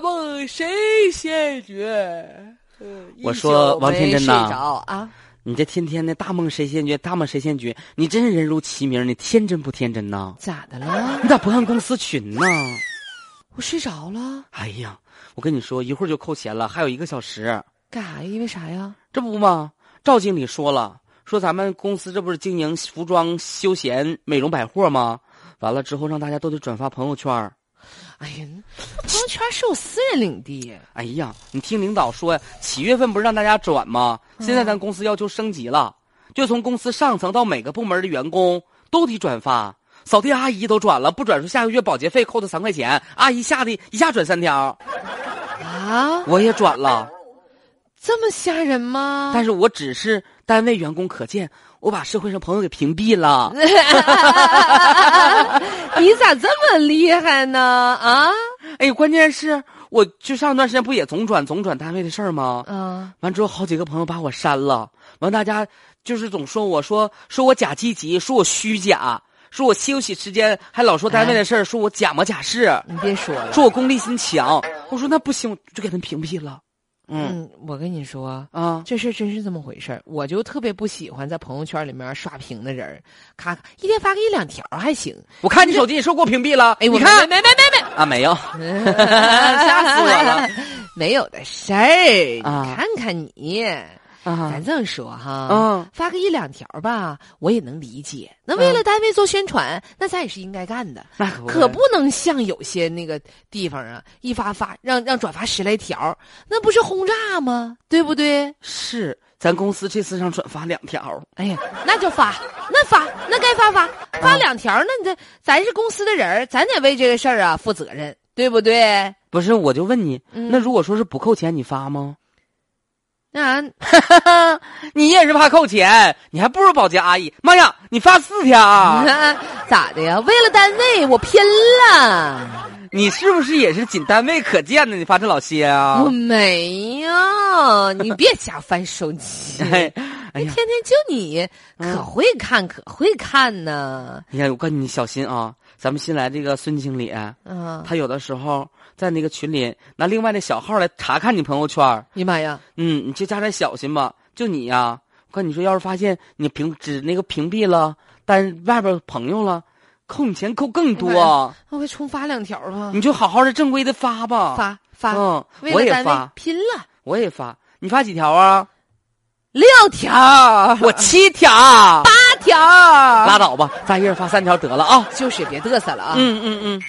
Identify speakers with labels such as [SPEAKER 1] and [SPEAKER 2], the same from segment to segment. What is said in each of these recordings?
[SPEAKER 1] 哎谁先决？嗯
[SPEAKER 2] 我说王天
[SPEAKER 1] 一
[SPEAKER 2] 真呐
[SPEAKER 1] 宿没睡着啊，
[SPEAKER 2] 你这天天的大梦谁先决，大梦谁先决，你真是人如其名，你天真不天真呐？
[SPEAKER 1] 咋的了？
[SPEAKER 2] 你咋不看公司群呢？
[SPEAKER 1] 我睡着了，
[SPEAKER 2] 哎呀，我跟你说，一会儿就扣钱了，还有一个小时，
[SPEAKER 1] 干啥呀？因为啥呀？
[SPEAKER 2] 这不吗？赵经理说了，说咱们公司这不是经营服装、休闲、美容百货吗？完了之后让大家都得转发朋友圈儿。
[SPEAKER 1] 哎呀，朋友圈是我私人领地，
[SPEAKER 2] 哎呀，你听领导说，七月份不是让大家转吗？现在咱公司要求升级了，就从公司上层到每个部门的员工都得转发。扫地阿姨都转了，不转出下个月保洁费扣她三块钱。阿姨吓得一下转三条，
[SPEAKER 1] 啊，
[SPEAKER 2] 我也转了，
[SPEAKER 1] 这么吓人吗？
[SPEAKER 2] 但是我只是单位员工可见，我把社会上朋友给屏蔽了。
[SPEAKER 1] 嗯 你咋这么厉害呢？啊
[SPEAKER 2] 哎，关键是我就上段时间不也总转总转单位的事儿吗？
[SPEAKER 1] 啊，
[SPEAKER 2] 完之后，好几个朋友把我删了。完，大家就是总说我说说我假积极，说我虚假，说我休息时间还老说单位的事儿，说我假模假式，
[SPEAKER 1] 你别说了，
[SPEAKER 2] 说我功利心强。我说那不行，我就给他们屏蔽了。嗯
[SPEAKER 1] 嗯，我跟你说，
[SPEAKER 2] 啊，
[SPEAKER 1] 这事儿真是这么回事儿，我就特别不喜欢在朋友圈里面刷屏的人儿，咔咔一天发个一两条还行。
[SPEAKER 2] 我看你手机，你说给我屏蔽了。
[SPEAKER 1] 哎，我
[SPEAKER 2] 你看
[SPEAKER 1] 没没没没
[SPEAKER 2] 啊，没有，
[SPEAKER 1] 没，
[SPEAKER 2] 吓死我了，
[SPEAKER 1] 没有的事儿。
[SPEAKER 2] 啊
[SPEAKER 1] 你看看你，
[SPEAKER 2] 啊
[SPEAKER 1] 咱这么说哈，
[SPEAKER 2] 嗯
[SPEAKER 1] 发个一两条吧，我也能理解。那为了单位做宣传，那咱也是应该干的，
[SPEAKER 2] 那啊可不
[SPEAKER 1] 可不能像有些那个地方啊，一发发让让转发十来条，那不是轰炸吗？对不对？
[SPEAKER 2] 是。咱公司这次上转发两条，
[SPEAKER 1] 哎呀，那就发，那发，那该发发，发两条。那你这咱是公司的人儿，咱得为这个事儿啊负责任，对不对？
[SPEAKER 2] 不是？我就问你，
[SPEAKER 1] 嗯
[SPEAKER 2] 那如果说是不扣钱，你发吗？
[SPEAKER 1] 那
[SPEAKER 2] 你也是怕扣钱，你还不如保洁阿姨。妈呀，你发四 条啊，
[SPEAKER 1] 咋的呀？为了单位，我拼了！
[SPEAKER 2] 你是不是也是仅单位可见的？你发这老些啊
[SPEAKER 1] 我？没有，你别瞎翻手机。
[SPEAKER 2] 哎，哎
[SPEAKER 1] 天
[SPEAKER 2] 呀，嗯
[SPEAKER 1] 天就你可会看，可会看呢。
[SPEAKER 2] 哎呀，我告诉你，小心啊！咱们新来这个孙经理，
[SPEAKER 1] 啊，
[SPEAKER 2] 他有的时候在那个群里拿另外的小号来查看你朋友圈儿，
[SPEAKER 1] 哎呀妈呀！
[SPEAKER 2] 嗯，你就加点小心吧。就你呀、我跟你说，要是发现你屏只那个屏蔽了，但外边朋友了，扣你钱扣更多，
[SPEAKER 1] 我会重发两条吧。
[SPEAKER 2] 你就好好的正规的发吧。
[SPEAKER 1] 发发，
[SPEAKER 2] 嗯，
[SPEAKER 1] 为
[SPEAKER 2] 我
[SPEAKER 1] 了
[SPEAKER 2] 也
[SPEAKER 1] 单
[SPEAKER 2] 发
[SPEAKER 1] 位，拼了
[SPEAKER 2] 我也发，你发几条啊？
[SPEAKER 1] 六条，
[SPEAKER 2] 我七条，
[SPEAKER 1] 八条，
[SPEAKER 2] 拉倒吧，咱一人发三条得了啊。
[SPEAKER 1] 就是别嘚瑟了啊！
[SPEAKER 2] 嗯嗯嗯，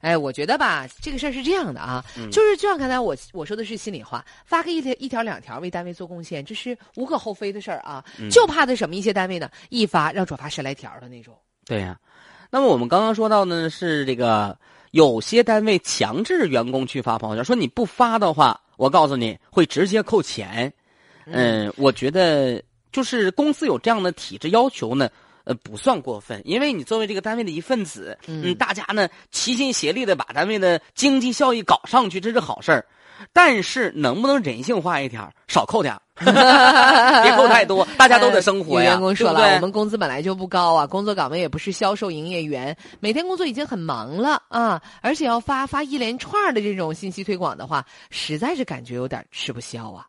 [SPEAKER 1] 哎，我觉得吧，这个事儿是这样的啊，
[SPEAKER 2] 嗯
[SPEAKER 1] 就是就像刚才我我说的是心里话，发个一条一条两条为单位做贡献，这是无可厚非的事儿啊。
[SPEAKER 2] 嗯
[SPEAKER 1] 就怕的什么一些单位呢，一发让转发十来条的那种。
[SPEAKER 2] 对呀、那么我们刚刚说到呢，是这个有些单位强制员工去发朋友圈，说你不发的话，我告诉你会直接扣钱。嗯，我觉得就是公司有这样的体制要求呢。呃，不算过分，因为你作为这个单位的一份子，嗯，大家呢齐心协力的把单位的经济效益搞上去，这是好事儿。但是能不能人性化一点儿，少扣点儿， 别扣太多，大
[SPEAKER 1] 大
[SPEAKER 2] 家都得 生活呀。
[SPEAKER 1] 哎员工说了，
[SPEAKER 2] 对不对
[SPEAKER 1] 我们工资本来就不高啊，工作岗位也不是销售营业员，每天工作已经很忙了啊，而且要发发一连串的这种信息推广的话，实在是感觉有点吃不消啊。